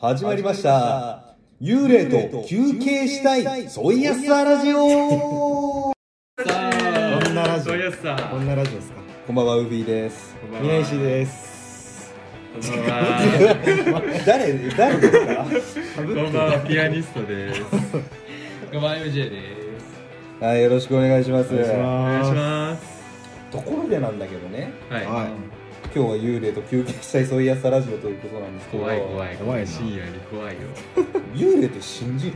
始まりました。幽霊と休憩したい、ソイヤスアラジオさあ、こんなラジオそうやさん、ここんなラジオですか。こんばんは、ウービーです。んばんは宮石です。こんばんは。誰、誰ですかここんばんは、ピアニストです。こんばんは、MJ です。はい、よろしくお願いします。お願いしお願いしまます。ところでなんだけどね、はい。す。は今日は幽霊と休憩したいソイヤスアラジオということなんですけど、怖い怖い怖いな深夜に怖いよ。幽霊って信じるい。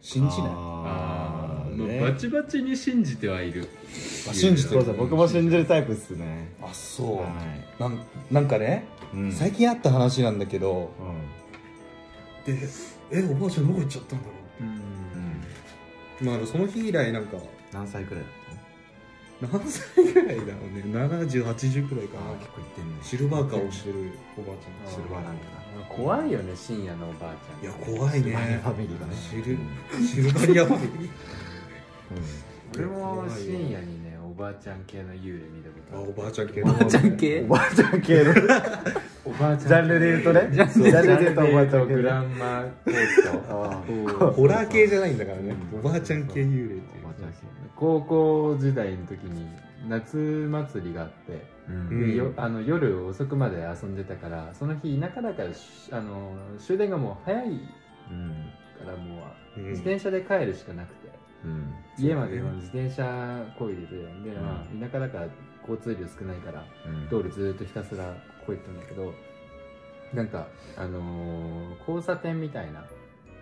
信じないあああ、ーもうねバチバチに信じてはいる。あ信じてそうるそう僕も信じるタイプっすね。あ、そはう。なんなんかね、い。うん最近あった話なんだけど、でえおばあちゃんどこ行っちゃったんだろううんうんうんまあ、その日以来なんか、何歳くらいだっ何歳ぐらいだろうね7080くらいかたの？あーな結構いってんね。シルバーカーをしてるおばあちゃんシルバーなんかな。怖いよね深夜のおばあちゃんいや怖いシルバーねファミリーがね。シうルんシルバリアファミ リー俺も深夜にねおばあちゃん系の幽霊見たことああおるばあちゃん系おばあちゃんお系ばあちゃん系のジおばあちゃん系ャンルで言うとね。ジジャンルで言うとおばあちゃん系グね。ラあンマコーあー。トホラー系じゃないんだからねうんおばあちゃん系幽霊っていおうばあちゃん系高校時代の時に夏祭りがあって、ううんん。でよあの夜遅くまで遊んでたからその日田舎だからしあの終電がもう早いうん。からもうう自ん転車で帰るしかなくて、うん。家までの自転車こいでてで、まあ、田舎だから交通量少ないからうん道路ずーっとひたすらこう行ったんだけどなんかあのー交差点みたいな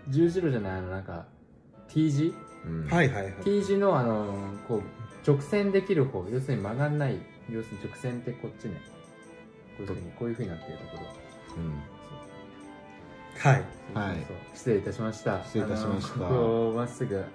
十字路じゃないあのなんか T 字うんはいはいはい T 字のあのーこう直線できる方要するに曲がんない要するに直線ってこっちねこういうふうにこういうふうになってるところうんはいはいそうそう失礼いたしました失礼いたしましたあのーここをまっすぐあのー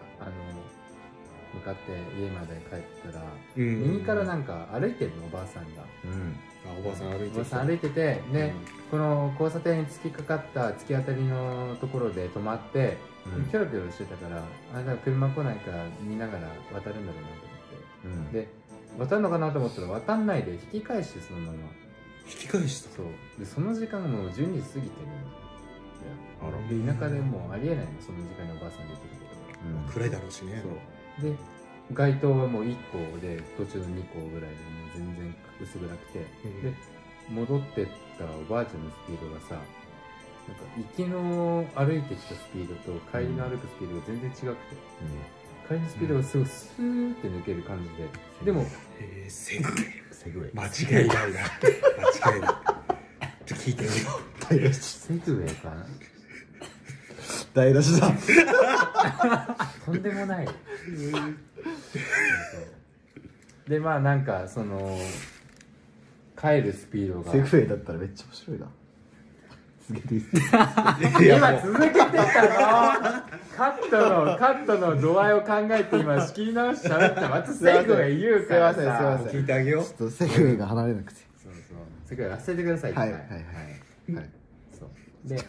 向かって家まで帰ったらうん右からなんか歩いてるのおばあさんがうん。あおばあさん歩いおてばあさん歩いててで、この交差点に突きかかった突き当たりのところで止まって、うんキョロキョロしてたからあだから車来ないから見ながら渡るんだろうなとうん思ってで渡るのかなと思ったら渡んないで引き返してそのまま引き返したそうでその時間もう12時過ぎてあらるので田舎でもうありえないのその時間におばあさん出てくるこうん暗いだろうしねとがで街灯はもう1個で途中の2個ぐらいでもう全然薄暗くて、うんで戻ってったおばあちゃんのスピードがさなんか行きの歩いてきたスピードと帰りの歩くスピードが全然違くて、帰りのスピードがすごいスーって抜ける感じで、でもえーセグウェイセグウェイ。間違い ないな間違いないちょっと聞いてみよ大出し。セグウェイかな大出しだ。とんでもないでまあなんかその帰るスピードがセグウェイだったらめっちゃ面白いな。続けていいっすかういや今続け てたのカットのカットの度合いを考えて今仕切り直して喋ったまたセグウェイ言うからさすいませんすいません聞いてあげようちょっとセグウェイが離れなくて。そうそう。それから忘れてください。はい一は回いはいはい。そう。で、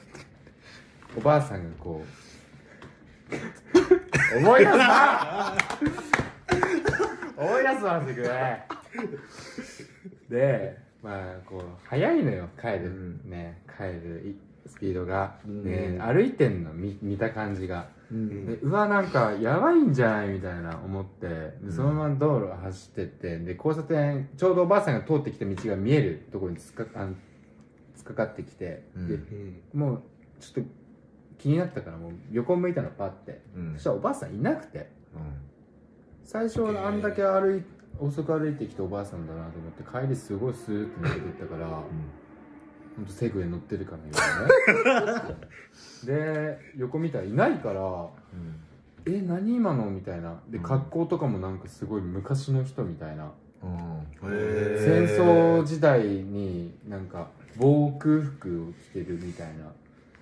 おばあさんがこう、思い出 すな思い出すわ、すぐね。で、まあ、こう、早いのよ、帰る。うんね、帰るいスピードが。うんね、歩いてんの、見見た感じが。うん。でうわなんかやばいんじゃないみたいな思ってでそのまま道路走ってってで交差点ちょうどおばあさんが通ってきた道が見えるところに突っかあの突っかかってきて、うんでうんもうちょっと気になったからもう横向いたのパッてうんそしたらおばあさんいなくて最初はあんだけ歩い遅く歩いてきたおばあさんだなと思って帰りすごいスーッと抜けてったから、ほんとセグウェイ乗ってるかのよ うにねで横見たらいないかうらんえ何今のみたいなでうん格好とかもなんかすごい昔の人みたいな、うん戦争時代になんか防空服を着てるみたいな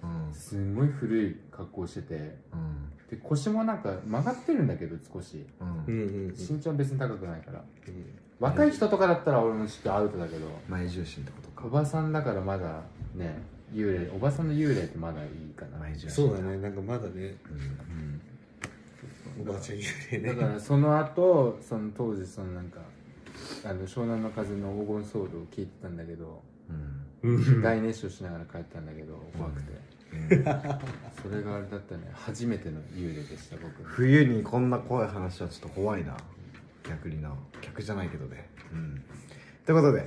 うんすんごい古い格好しててうんで腰もなんか曲がってるんだけど少しうんうんうん身長は別に高くないからうん若い人とかだったら俺もちょっとアウトだけど前重心ってことか。おばさんだからまだね幽霊おばさんの幽霊ってまだいいかな前重心。そうだねなんかまだねうん。うんおばあちゃん幽霊だねからその後その当時そのなんかあの湘南の風の黄金ソウルを聞いてたんだけど、うんうん大熱唱しながら帰ったんだけど怖くて、それがあれだったね初めての幽霊でした僕冬にこんな怖い話はちょっと怖いな逆にな客じゃないけどねうんということで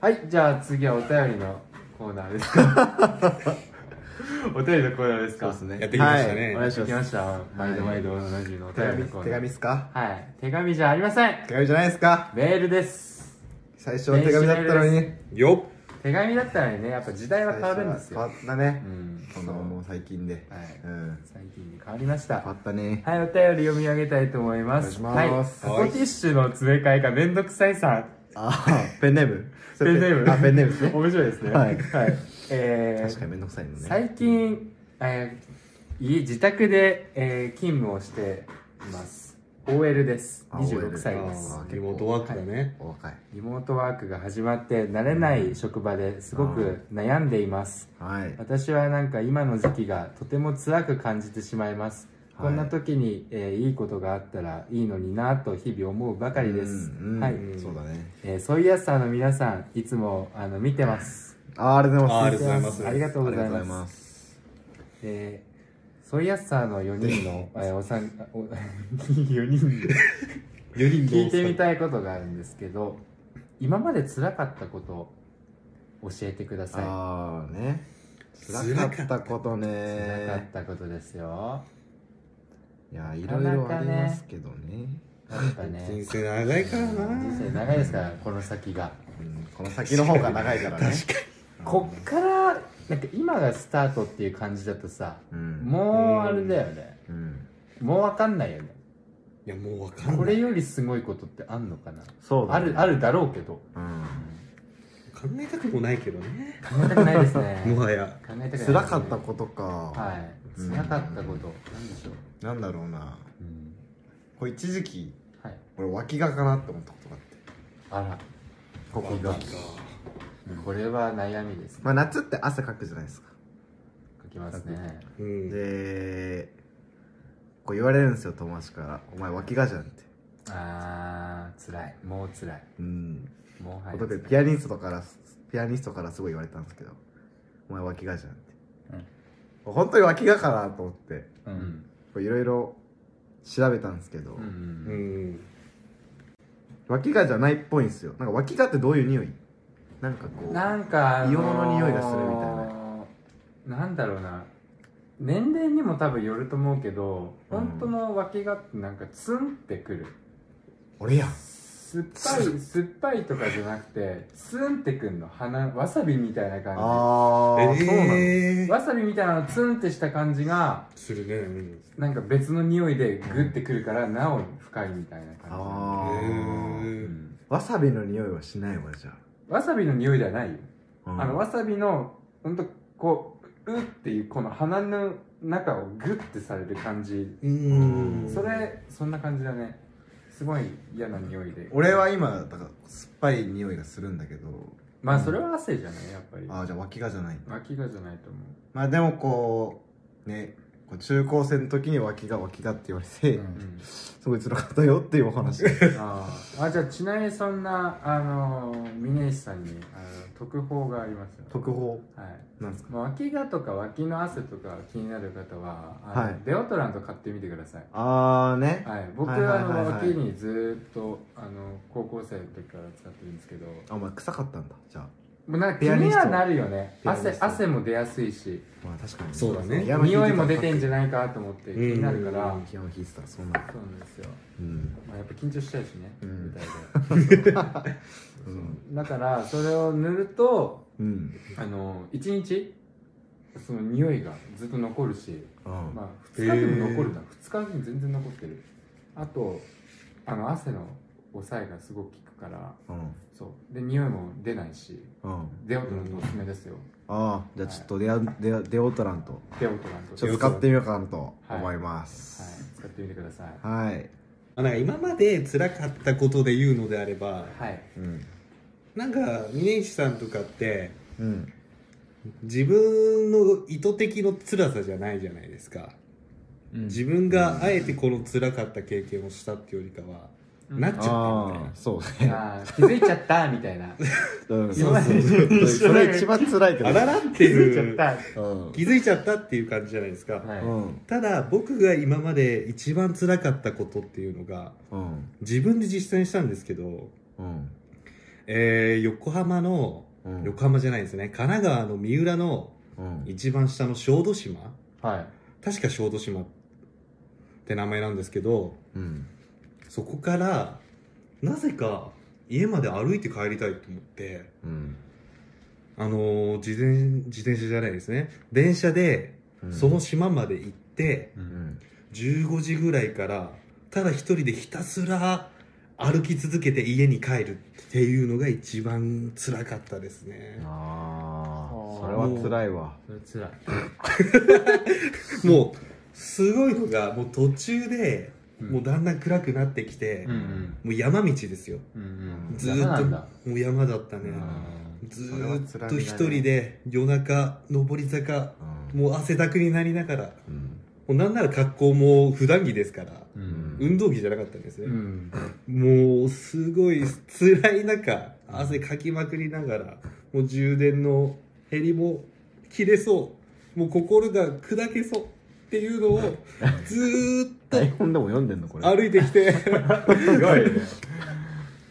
はいじゃあ次はお便りのコーナーですか お便りのコーナーですかねやってきましたねお願いしました毎度毎度おなじみのお手便り紙のコー手ナー紙っすかはい手紙じゃありません手紙じゃないですかメールです最初は手紙だったのに電よ手紙だったらねやっぱ時代は変わるんです変よわったねうんこんなもんもう最近ではいうん最近に変わりました変わったねはい、お便り読み上げたいと思います。お願いしますはい。箱ティッシュの詰め替えがめんどくさいさん。あーペンネームペンネーム。あペンネームですね面白いですね。はいえ確かー、にめんどくさいのね最近、えー、家、自宅で、えー、勤務をしています。OL です。あ OL 26歳です。あーリモートワークだね、お若いリモートワークが始まって慣れない職場ですごく悩んでいます。はい私はなんか今の時期がとても辛く感じてしまいます、はいこんな時に、えーいいことがあったらいいのになと日々思うばかりです、うんうんはい、そうだねえーソイヤスターの皆さんいつもあの見てますあーありがとうございますありがとうございまありがすとうございますすえーソイヤスターの4 人の、えーおさんお4人で四人聞いてみたいことがあるんですけど今まで辛かったこと教えてくださいああね辛かっ辛かったたこと辛かねったことですよいやいろいろありますけどねなんかね人生長いからな人生長いですからこの先がうんこの先の方が長いからね確かこっからなんか今がスタートっていう感じだとさうんもうあれだよねうんもうわかんないよねいやもうわかんこないれよりすごいことってあんのかなそうだあねるあるだろうけどうん考えたくもないけどね考えたくないです ねも考はやえたくないですね辛かったことかはいうん辛かったことなんでしょうなんだろうなうんこれ一時期はい俺脇がかなって思ったことがあってあらここがこれは悩みですねまあ夏って汗かくじゃないですか書きますねうんでこう言われるんですよ友達から「お前脇がじゃん」ってあー辛いもう辛いうんもうはい特にピアニストからピアニストからすごい言われたんですけど「お前脇がじゃん」って、本当に脇がかなと思ってうんこういろいろ調べたんですけど、うんううんん脇がじゃないっぽいんですよなんか脇がってどういう匂いなんかこうなんか、あのー硫黄の匂いがするみたいなんだろうな年齢にも多分よると思うけど、うん本当の脇がってなんかツンってくる俺やん酸っぱい酸っぱいとかじゃなくてツンってくんの鼻わさびみたいな感あー、そうなのじえーわさびみたいなのツンってした感じがするねうんなんか別の匂いでグッてくるからなお深いみたいな感あーじ、うへーんわさびの匂いはしないわじゃわさびの匂いではないよ、あ、うんあのわさびのほんとこううっていうこの鼻の中をグッてされる感じうんそれそんな感じだねすごい嫌な匂いで俺は今だから酸っぱい匂いがするんだけどまあそれは汗じゃないやっぱりああじゃあ脇がじゃない脇がじゃないと思うまあでもこうねこう中高生の時に脇が脇がって言われて、うん、すごい辛かったよっていうお話あーあじゃあちなみにそんなあのー峰岸さんにあの特報がありますよ特報はいなんですかまあ脇がとか脇の汗とか気になる方はあのはいデオトラント買ってみてくださいああねはい、僕はいはいはあいはいの脇にずーっとあの高校生の時から使ってるんですけどもあお前臭かったんだじゃあうなんか気ピアニにスはトなるよねピアニス汗ト汗も出やすいしまあ確かにそうだね嫌な日匂いも出てんじゃゃないかと思って気になるから、気を引いてたらそうなるそうなんですよ、うんまあ、やっぱ緊張しちゃうしね、うん舞台でそうだからそれを塗るとうんあの一日その匂いがずっと残るし、うんまあ、2日でも残るな、二2日でも全然残ってるあとあの汗の抑えがすごく効くからうんそうで匂いも出ないしうんデオトラントおすすめですよ、ああじゃあちょっとデアデアデオトラントデオトラントちょっと使ってはい、みようかなと思います使ってみてくださいはいあなんか今まで辛かったことで言うのであればはいうんなんか峯岸さんとかってうん自分の意図的の辛さじゃないじゃないですか、自分があえてこの辛かった経験をしたっていうよりかはなっちゃったみたいあなーそう ねあー気づいちゃったみた いなうん今までそうそれ一番辛いけどあららっていうたうん気づいちゃったっていう感じじゃないですか、はい、うんただ僕が今まで一番辛かったことっていうのがうん自分で実践したんですけど、うんえー、横浜のうん横浜じゃないですね神奈川の三浦のうん一番下の小豆島はい、確か小豆島って名前なんですけどうんそこからなぜか家まで歩いて帰りたいと思ってうんあのー自転自転車じゃないですね電車でうんその島まで行って、うん15時ぐらいからただ一人でひたすら歩き続けて家に帰るっていうのが一番辛かったですねあああーそれは辛いわそれつらいもうすごいのがもう途中でうんもうだんだん暗くなってきて、うんうんもう山道ですようんうんずーっと山なんだもう山だったねうんずそれはー辛っいとね一人で夜中上り坂うんもう汗だくになりながらもうんうなんなら格好も普段着ですからうん運動着じゃなかったんですね、うんもうすごい辛い中汗かきまくりながらもう充電の減りも切れそうもう心が砕けそうってい うのをずーっと台本でも読んでんのこれ歩いてきてすごいね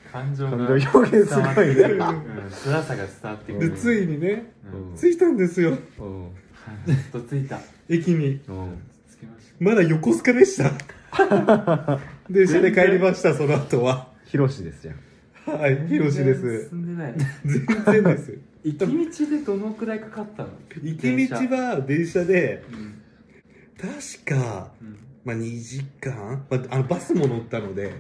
感情が感情表現すごいね伝わってくるうん辛さが伝わってく でるついにねうん着いたんですようんはいやっとついた駅にうんつきましまだ横須賀でした 電車で帰りましたその後はヒロシですよはいた広志で全然す進んでない全然です行き道でどのくらいかかったの行き道は電車でうん確かうんまあ、2時間、まあ、あのバスも乗ったので、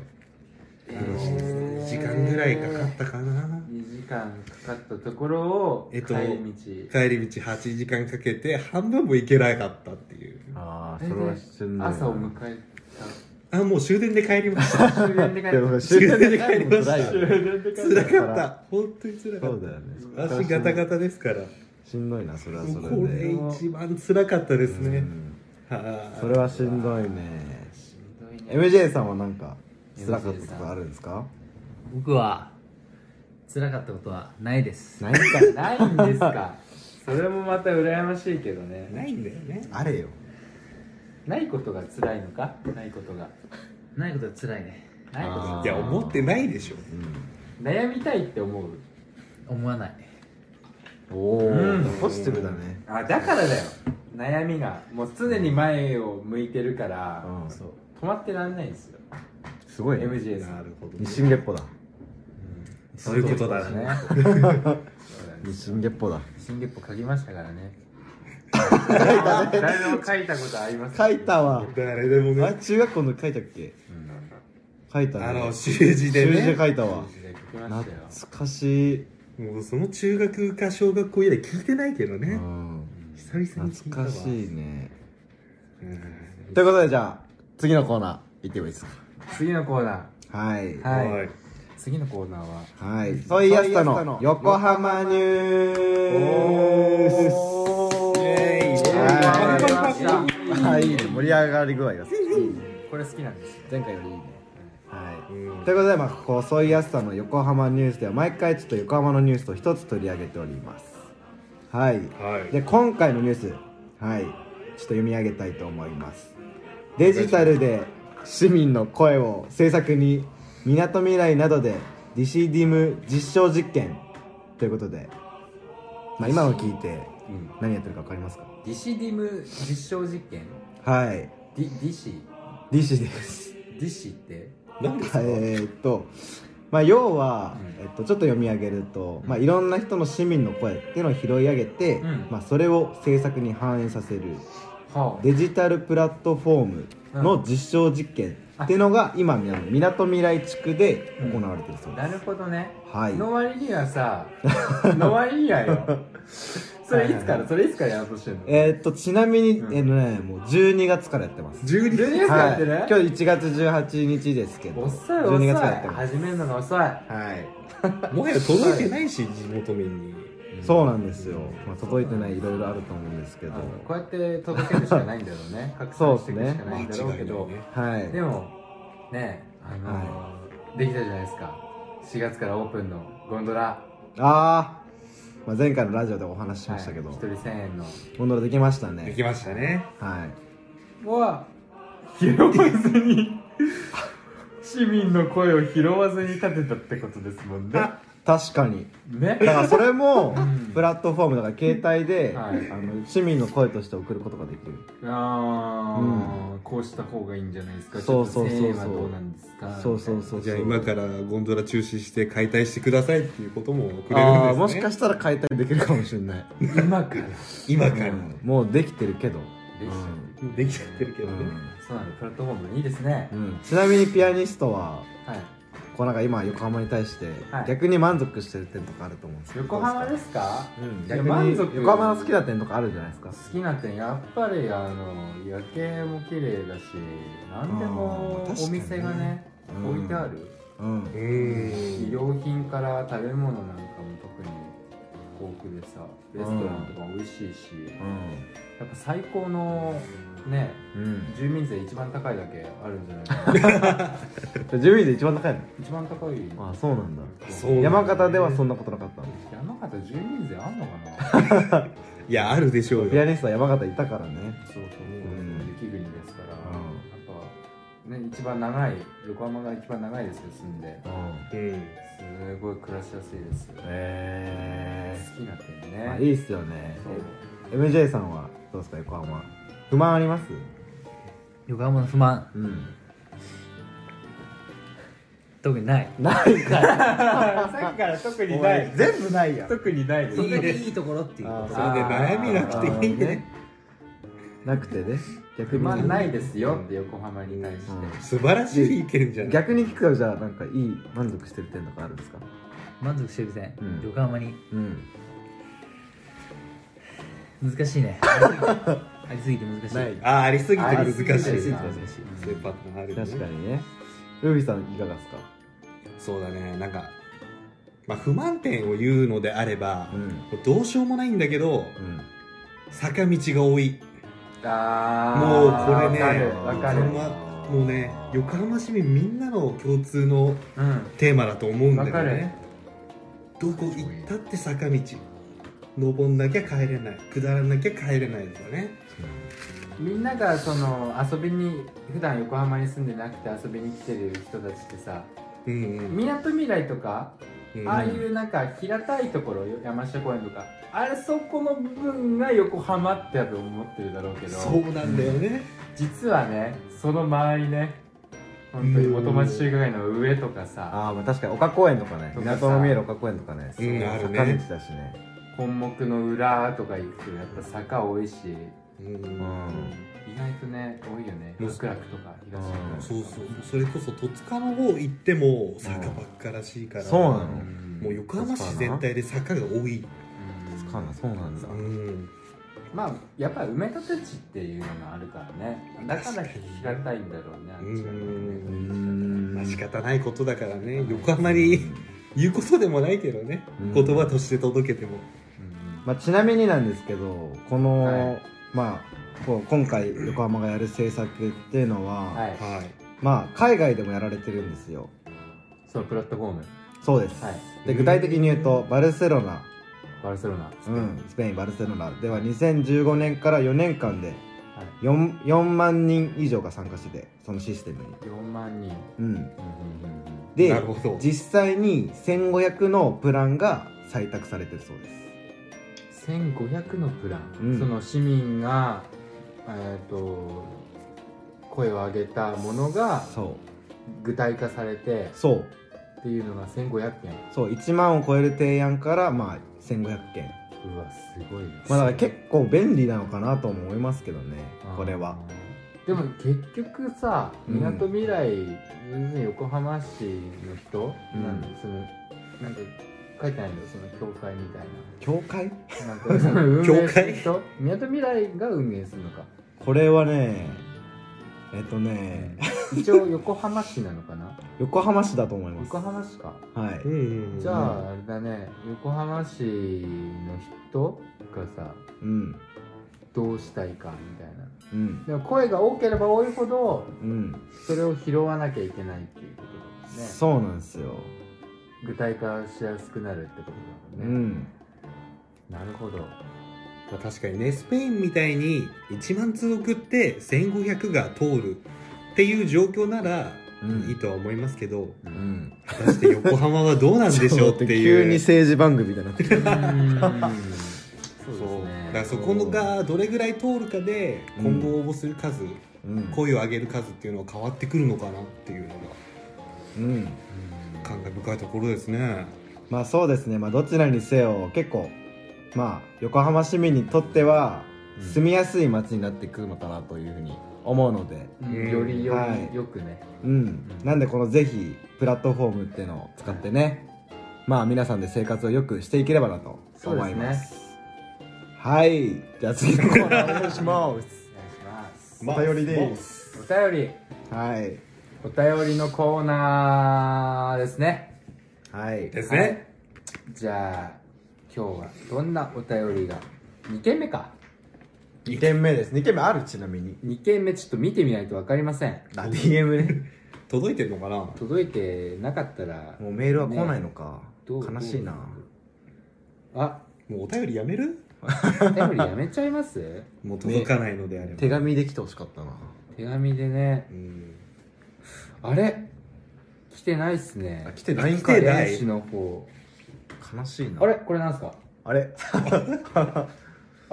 えー2時間ぐらいかかったかな2時間かかったところを帰えりっと道、帰り道8時間かけて半分も行けなかったっていうああえそれはしんどい朝を迎えあもう終電で帰りましたた 終電でえ帰ったでも終電で帰るの辛い終よね電で帰辛っかった本当に辛かそっうだよねた足ガタガタですからもしんどいなそれはそうれこでれ一番辛かったですうねんはいそれはしんどいねたしんどいね MJ さんはなんか辛かったことあるんですか僕は辛かったことはないですないんかいないんですか それもまた羨ましいけどねないんだよねあれよないことが辛いのかないことがないことは辛いねないことあがいや思ってないでしょ悩みたいって思う思わないおおうんポジティブだねあだからだよ悩みがもう常に前を向いてるから、うんそう止まってらんないんですよすごいね MJ さんなるほど日進月歩だそういうことだねね日進月歩だ新月歩書きましたからね誰でも書いたことあります書いたわ誰でもあれね中学校の時書いたっけうん書いたねあの習字で習字ねで書いたわ書きましたよ懐かしいもうその中学か小学校以来聞いてないけどうねん久々に聞いた懐わかしいねうんということでじゃあ次のコーナー行ってもいいです次のコーナかはいーはい、はい次のコーナーははいソイヤスタの横浜ニュースおイエーイはいパンパンパンはいいいね盛り上がり具合がこれ好きなんです前回よりいいねはいうんということで、まあ、ここそういうやすさの横浜ニュースでは毎回ちょっと横浜のニュースを一つ取り上げておりますはいはいで今回のニュースはいちょっと読み上げたいと思いますデジタルで市民の声を政策にみなとみらいなどでディシディム実証実験ということで、まあ、今の聞いてうん何やってるか分かりますかディシディム実証実験はいディディシディシですディシってなんですかえーっと、まあ、要は、うんえっと、ちょっと読み上げると、うんまあ、いろんな人の市民の声っていうのを拾い上げて、うんまあ、それを政策に反映させるはデジタルプラットフォームの実証実験っていうのが今みなとみらい地区で行われてるそうあでなす、るほどねはいの割にはさの割にはよそれいつからそれいつからやろうとしてるのえーっとちなみに、うんえーっとねもう12月からやってます12 12月からやってる、はい、今日1月18日ですけど遅い遅12い月からやってます始めるのが遅いはいもはや届いてないし地元民にそうなんですよ、まあ、届いてないいろいろあると思うんですけどあのこうやって届けるしかないんだろうね拡散していくしかないんだろうけど、間違いないねはいでもねあのーできたじゃないですか4月からオープンのゴンドラあー、まあ、前回のラジオでお話ししましたけど、はい、1人1000円のゴンドラできましたでねきましたねはいは拾わずに 市民の声を拾わずに立てたってことですもんね確かにねだからそれ もんプラットフォームだから携帯で、はいあの市民の声として送ることができるあー、こうした方がいいんじゃないですかそうそうそうそうちょっと1000円はどうなんですかそうそうそうじゃあ今からゴンドラ中止して解体してくださいっていうこともくれるんであすねあもしかしたら解体できるかもしれない今から 今から、うんもうできてるけどできちゃうできちゃってるけどね、そうなんだプラットフォームいいですねうんうんちなみにピアニストははいこうなんか今横浜に対してはい逆に満足してる点とかあると思うんですけど横浜どうですすかかうんいや逆に満足横浜の好きな点とかあるじゃないですか好きな点やっぱりあの夜景も綺麗だし何であもーまあ確かにねお店がねうん置いてあるうんう衣ーん料品から食べ物なんかも特に豊富でさレストランとか美味しいしやっぱ最高のねうん住民税一番高いだけあるんじゃないかなうん住民で一番高い一番高いのあそうなんだそうなんだ山形ではそんなことなかったんです山形住民税あんのかないやあるでしょうピアよニストは山形いたからねそうそううん雪国ですかんら、やっぱね一番長い横浜が一番長いですよ住んでうんうんすごい暮らしやすいですよえ好きな点ね、えまあいいっすよねそう MJ さんはどうですか横浜不満あります横浜の不満うん特にないないかさっきから特にない全部ないやん特にないですそれだけいいところっていうあーそれで悩みなくていいねなくてね逆不に満ないですよって横浜に対して、う素晴らしい意見じゃんない逆に聞くとじゃあなんかいい満足してる点とかあるんですか満足してる点、うん横浜にうん難しい ねありすぎて難しいないあーありすぎてあ難しい難りしすいぎ難しいてそういうパターンあるよね確かにねルフィさんいかがですかそうだねなんか、まあ、不満点を言うのであればう、んどうしようもないんだけうどん坂道が多いあもうこれねわかるほんわまもうね横浜市民みんなの共通のかるうんテーマだと思うんだわよかるねどこ行ったって坂道登んなきゃ帰れない下らなきゃ帰れないんだねみんながその遊びに普段横浜に住んでなくて遊びに来てる人たちってさうんうんみなとみらいとかうんああいうなんか平たいところよ山下公園とかあれそこの部分が横浜って多分思ってるだろうけどそうなんだよね実はねその周りね本当に元町中華街の上とかさあーまあ確かに丘公園とかねとかさ港の見える丘公園とかねうんあるね坂道だしね本木の裏とか行くとやっぱ坂多いしうんん意外とね多いよねうん極楽とか東中華街とかそうそうそれこそ戸塚の方行っても坂ばっからしいからそうなのんもう横浜市全体で坂が多いうんつかなそうなんだうんまあやっぱ埋め立て地っていうのがあるからねだから平たいんだろうねあっちはうねまあ仕方ないことだからね横浜に言うことでもないけどねうん言葉として届けてうもんまあ、ちなみになんですけどこの、はいまあこう今回横浜がやる制作っていうのは、はいはまあ海外でもやられてるんですよそのプラットフォームそうです、はいで具体的に言うとバルセロナ、バルセロナうん、スペインバルセロナでは2015年から4年間で 4, 4万人以上が参加しててそのシステムに、 4万人うん、うんうんうんうんいでなるほど実際に1500のプランが採択されてるそうです1500のプラン、うんその市民が、えー、と声を上げたものがそう具体化されてそうっていうのが1500件そう1万を超える提案からまあ1500件うわすごいなまあ、だから結構便利なのかなとも思いますけどねこれはでも結局さうんみなとみらい、うん横浜市の人、うんなんそのなんか書いてないんだよその教会みたい教会ななん かその運営する教人みなとみらいが運営するのかこれはねえっとね 一応横浜市なのかな横浜市だと思います横浜市かはいうんうんうんじゃああれだね横浜市の人がさうんどうしたいかみたいなうんでも声が多ければ多いほどうんそれを拾わなきゃいけないっていうこねそうなんですよ、具体化しやすくなるってことうだもんね、んなるほどまあ確かにねスペインみたいに1万通送って1500が通るっていう状況ならういいん、とは思いますけどうん、果たして横浜はどうなん でしょうっていう急に政治番組みたいになってきそうたですそうねだからそこのがどれぐらい通るかで今後応募する数、うん、声を上げる数っていうのは変わってくるのかなっていうのがうん、感慨深いところですねまあそうですねまあどちらにせよ結構まあ横浜市民にとっては住みやすい街になってくるのかなというふうに思うのでうんよりよはりよくね、うん、なんでこのぜひプラットフォームっていうのを使ってね、まあ皆さんで生活を良くしていければなと思いますはいじゃあ次のコーナ ーお願いしますお願いしますお便りですお便りはいお便りのコーナーですねはいですね、じゃあ今日はどんなお便りが2件目か2件目です2件目あるちなみに2件目ちょっと見てみないと分かりませんあ DM ね 届いてるのかな届いてなかったらもうメールは来ないのか、どう悲しいなあもうお便りやめるお便りやめちゃいます もう届かないのであれば、手紙できてほしかったな手紙でねうんあれ来てないっすねあ来てないんか来てない電子の方悲しいなあれこれなんすかあれ あ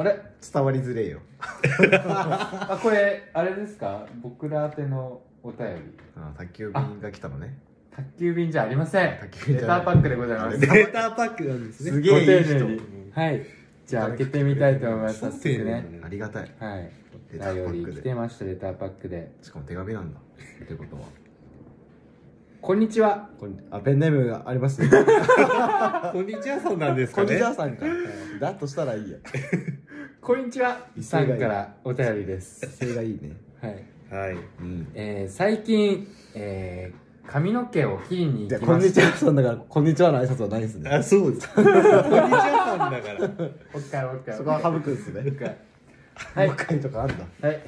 れ伝わりづれえよあこれあれですか僕ら宛てのお便りあ宅急便が来たのね宅急便じゃありません宅急便レじタゃなーいパックでございますデータパックなんですねすげえいごい丁人寧にはいじゃあ開けてみたいと思います早速ねありがたいはいレター頼パッりク来でてましたレターパックでしかも手紙なんだってことはこんにちはこれあペンネームがありますねこんにちはさんなんですこかんにねちはさんかだとしたらいいやこんにちは威さ勢がいいんからお便りですそれがいいねはいはいうんえー最近、えー髪の毛を切りに行じゃあきこんまにしちたはさんだからこんにちはの挨拶はないですねあそうですこんにちはさんだからおっかいおっかいそこは省くんですねおっかいははいいとかあんだはい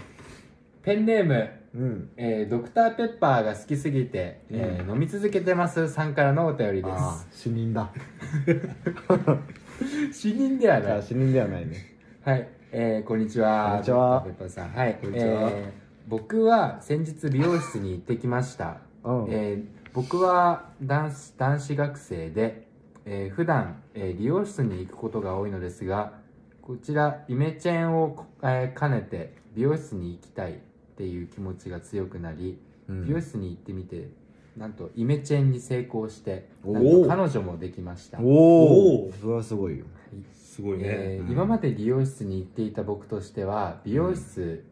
ペンネーム、うんえードクターペッパーが好きすぎて、えー飲み続けてますさんからのお便りでああ死人だす死人ではじなゃあい死人ではないねはい、えーこんにちはこんにちはドクターペッパーさんはいこんにちはえー僕は先日美容室に行ってきましたうんえー僕は男子男子学生で、えー普段、えー理容室に行くことが多いのですがこちらイメチェンをこ、えー兼ねて美容室に行きたいっていう気持ちが強くなり、うん美容室に行ってみてなんとイメチェンに成功しておーなんと彼女もできました、おおおそれはすごいよすごいね、えーうん今まで理容室に行っていた僕としては美容室、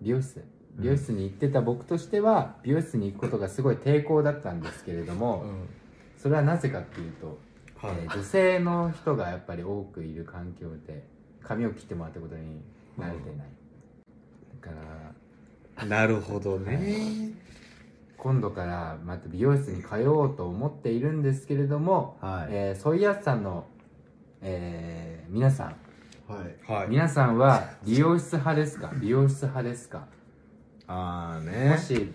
美容室うん美容室に行ってた僕としては美容室に行くことがすごい抵抗だったんですけれども、んそれはなぜかっていうと、はいえー女性の人がやっぱり多くいる環境で髪を切ってもらったことに慣れてない、だからなるほどね。今度からまた美容室に通おうと思っているんですけれども、はいえーソイヤスさんの、えー皆さんはいはい。皆さんは美容室派ですか美容室派ですかああもねし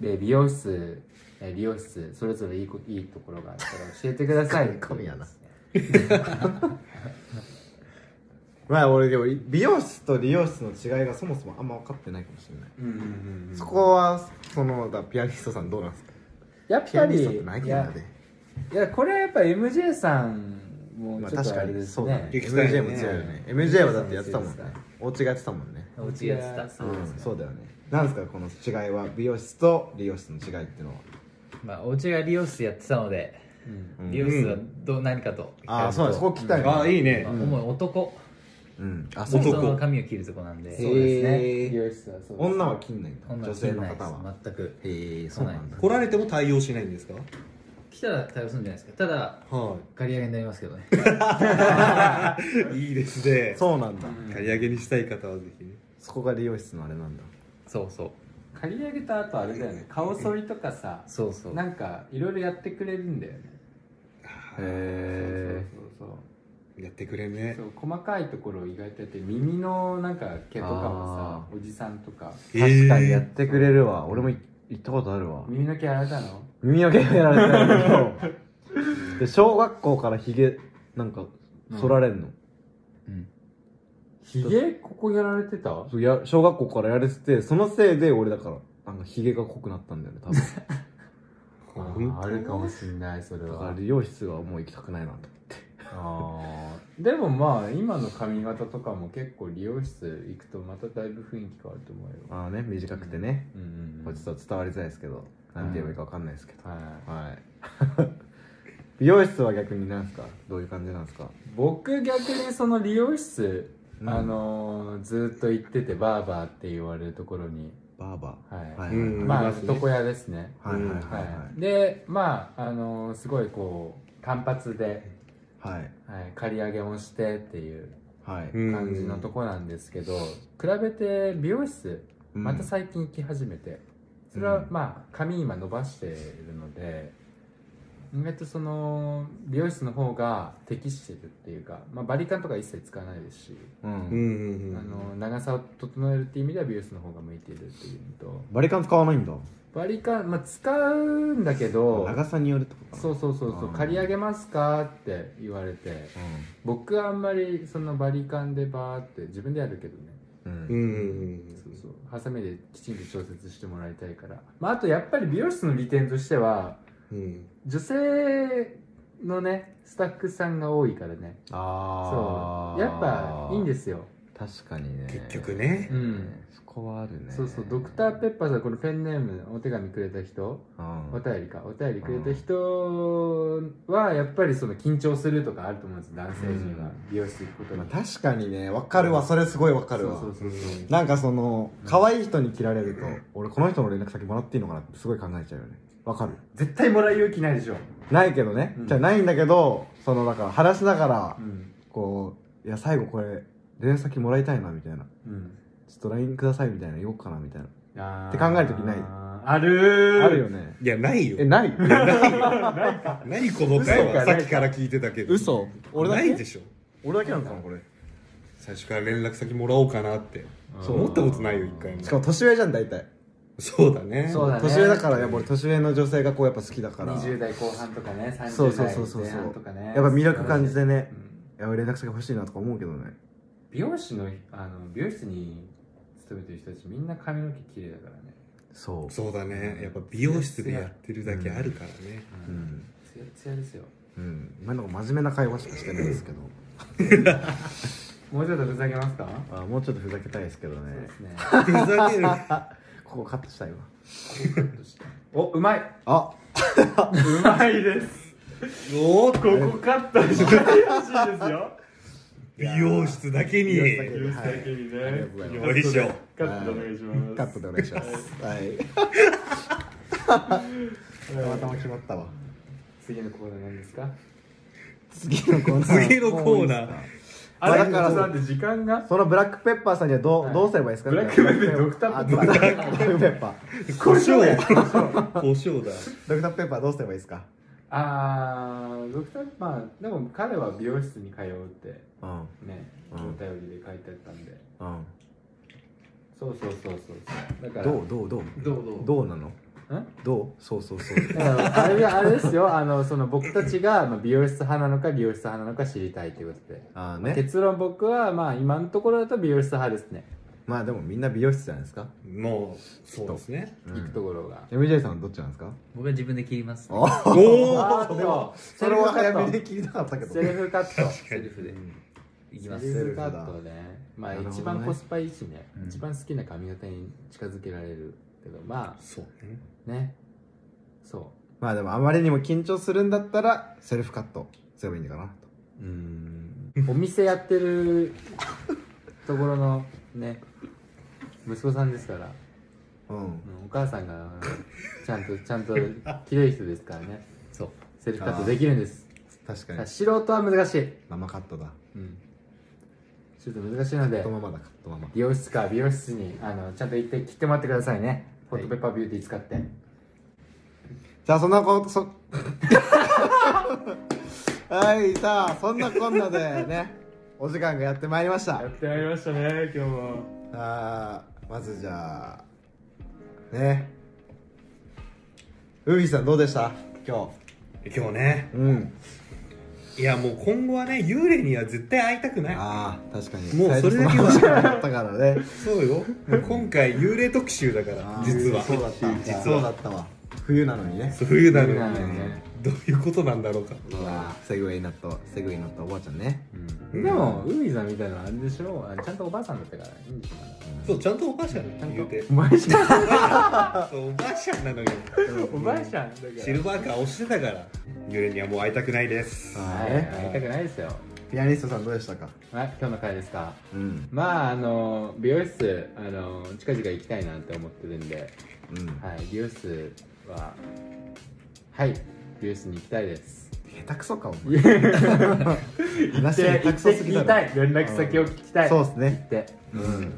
で美容室えー理容室それぞれいいこいいところがあったら教えてください神やな まあ俺でも美容室と理容室の違いがそもそもあんま分かってないかもしれないうんうんうんうんそこはそのだピアニストさんどうなんですかやっピぱアニりストってないけどやねいやこれはやっぱ MJ さんもまあちょっ確とあかれにですそうだねね、聞きたい MJ ねも強いよね MJ はだってやってたもんねそうですお家がやってたもんねおうちがやってたそううでんすね、そうだよねなんですかこの違いは美容室と理容室の違いっていうのはまあ、おうちが理容室やってたので、うんうん理容室はどう何かとああそうなんですここ聞きたいあ、いいねまあ。主に男うんあそう男男の髪を切るとこなんそでうですへねー美容室はそうです女は切んないんだ女女性性のの方方はは全くへえそうなんだ来られても対応しないんですか来たら対応するんじゃないですかただは刈り上げになりますけどねい。いいですね。そうなんだ刈り上げにしたい方はぜひね。そこが理容室のあれなんだそうそう刈り上げた後あれだよね顔剃りとかさそうそうなんかいろいろやってくれるんだよねへそうそうそうやってくれねそ。う細かいところ意外とやって耳のなんか毛とかもさおじさんとか確かにやってくれるわ俺もい行ったことあるわ耳の毛洗ったの耳の毛やられたよ で小学校からひげなんか剃られんの、ひげここやられてたそうや小学校からやれててそのせいで俺だからなんかひげが濃くなったんだよね 多分あーあるかもしんないそれだからは理容室はもう行きたくないなとあーでもまあ今の髪型とかも結構理容室行くとまただいぶ雰囲気変わると思うよああね短くてね、うんうんうんこれちょっと伝わりづらいですけどなんて言えばいいかわかんないですけど、はいはい 美容室は逆になんですかどういう感じなんですか僕逆にその理容室、うんあのーずっと行っててバーバーって言われるところにバーバはい、ーはいうんはいまあいますね床屋ですねはいはいはいはい、でまああのーすごいこう単発で、はいはいはい、借り上げもしてっていうはい感じのとこなんですけど、比べて美容室また最近行き始めて、それは、うんまあ髪今伸ばしてるので意外とその美容室の方が適してるっていうか、まあ、バリカンとか一切使わないですし、うんうんうんうんあの長さを整えるっていう意味では美容室の方が向いているっていうのとバリカン使わないんだバリカン、まあ、使うんだけど長さによるってことかなそうそうそうそううん借り上げますかって言われて僕はあんまりそのバリカンでバーって自分でやるけどねうんううんんうんそうそうハサミできちんと調節してもらいたいから、まあ、あとやっぱり美容室の利点としてはうんうん女性のねスタッフさんが多いからねああそうやっぱいいんですよ、確かにね結局ねうんそこはあるねそうそうドクターペッパーさんこのペンネームお手紙くれた人うんお便りかお便りくれた人はやっぱりその緊張するとかあると思うんですよ男性陣は美容室行くことに、まあ確かにねわかるわそれすごいわかるわそうそうそうそうなんかその可愛い人に切られると俺この人の連絡先もらっていいのかなってすごい考えちゃうよねわかる絶対もらう勇気ないでしょ、ないけどね、うんじゃあないんだけどそのだから話しながらうんこういや最後これ連絡先もらいたいなみたいなうん、ちょっと LINE くださいみたいな言おうかなみたいなっって考える時ないあるーあるよねいやないよえない何この回は嘘かさっきから聞いてたけど嘘俺だなけいでしょ俺だけなのかなこれ最初から連絡先もらおうかなってそう思ったことないよ一回もしかも年上じゃん大体そうだねそうだね年上だからやっぱ俺年上の女性がこうやっぱ好きだから20代後半とかねそう30そう代そうそう前そう半とかねやっぱ魅力感じてねうんいや連絡先欲しいなとか思うけどね美容師のあの美容室に勤めてる人たちみんな髪の毛綺麗だからねそそうだねやっぱ美容室でやってるだけあるからねううんツヤツヤですようん今のとこ真面目な会話しかしてないですけどもうちょっとふざけますかあもうちょっとふざけたいですけどそうねですねふざけるここカットしたいわおうまいあうまいですおーこカットしてほしいですよ。 美容室だけに美容室だけニュースだけにね。ありがとうございますよいしょカットでお願いします。カットでお願いしますはいたまたま決まったわ次のコーナー何ですか次のコーナー次のコーナーもういいですかあだれかかららだって時間がそのブラックペッパーさんにはどう,、はいどうすればいいですかブラックペッパードドククタターーペペッッパードパークターペッパー胡椒胡椒だドクターペッパーどうすればいいですかあードクターまあでも彼は美容室に通うってうんねうおん便りで書いてあったんでうんそうそうそうそうそうだからどうどうどうどうどどうなのんどうそうそうそうだからあれがあれですよあのその僕たちがまあ美容室派なのか理容室派なのか知りたいということで、ああまあね結論僕はまあ今のところだと美容室派ですね、まあでもみんな美容室じゃないですか、もうそうですねうん行くところが MJ さんどっちなんですか僕は自分で切ります。おあおーでもそれは早めセに聞いたかったけどルフカットセセルルフフで。いきカまットセす。ルフカットねまあなるほどね一番コスパいいしね、うん一番好きな髪型に近づけられるけどまそうねあねそまあでもあまりにも緊張するんだったらセルフカットすればいいんだかなううーんお店やってるところのね息子さんですからとうんうんお母さんがちゃんとちゃんと綺麗い人ですからねそうセルフカットできるんです確かだにから素人は難しい、生カットだカうん、ちょっと難しいのッでトママだカットママ美容室か美容室にあのちゃんと行って切ってもらってくださいねホットペッパービューティー使って、じゃあそんなこそ はいさあそんなこんなでねお時間がやってまいりましたやってまいりましたね、今日も。あーまずじゃあね海さんどうでした今今日ね日うんいやもう今後はね幽霊には絶対会いたくないああ確かにもうそれだけは最初その話だったからねそうよもう今回幽霊特集だかあらー実はそうだった実はそうだったわ冬なのにね冬なの冬なのににねねどういうことなんだろうかうわセグウェイになったセグウェイになったおばあちゃんねでも海さんみたいなのあれでしょあれちゃんとおばあさんだったからいいんでしょそうちゃんとおばあちゃんちゃんと言うておばあちゃんそうおばあちゃんなのよ おばあちゃんだからシルバーカー押してたから幽霊にはもう会いたくないですはい会いたくないですよピアニストさんどうでしたかはい今日の回ですかうんまああの美容室あの近々行きたいなって思ってるんで、うんはい、美容室ははい美容室に行きたいです下手くそかお前話が下手くそすぎ行だって聞きたろい連絡先を聞きたい、そうっすね行ってうん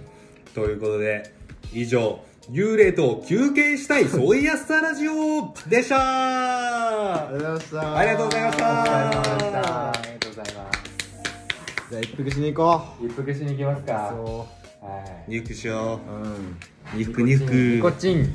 ということで以上幽霊と休憩したいそういやスタラジオでしたありがとうございましたありがとうございお疲れました様でしたありがとうございますじゃあ一服しに行こ一服しに行きますうかそはい肉しよううんう肉肉ニコチン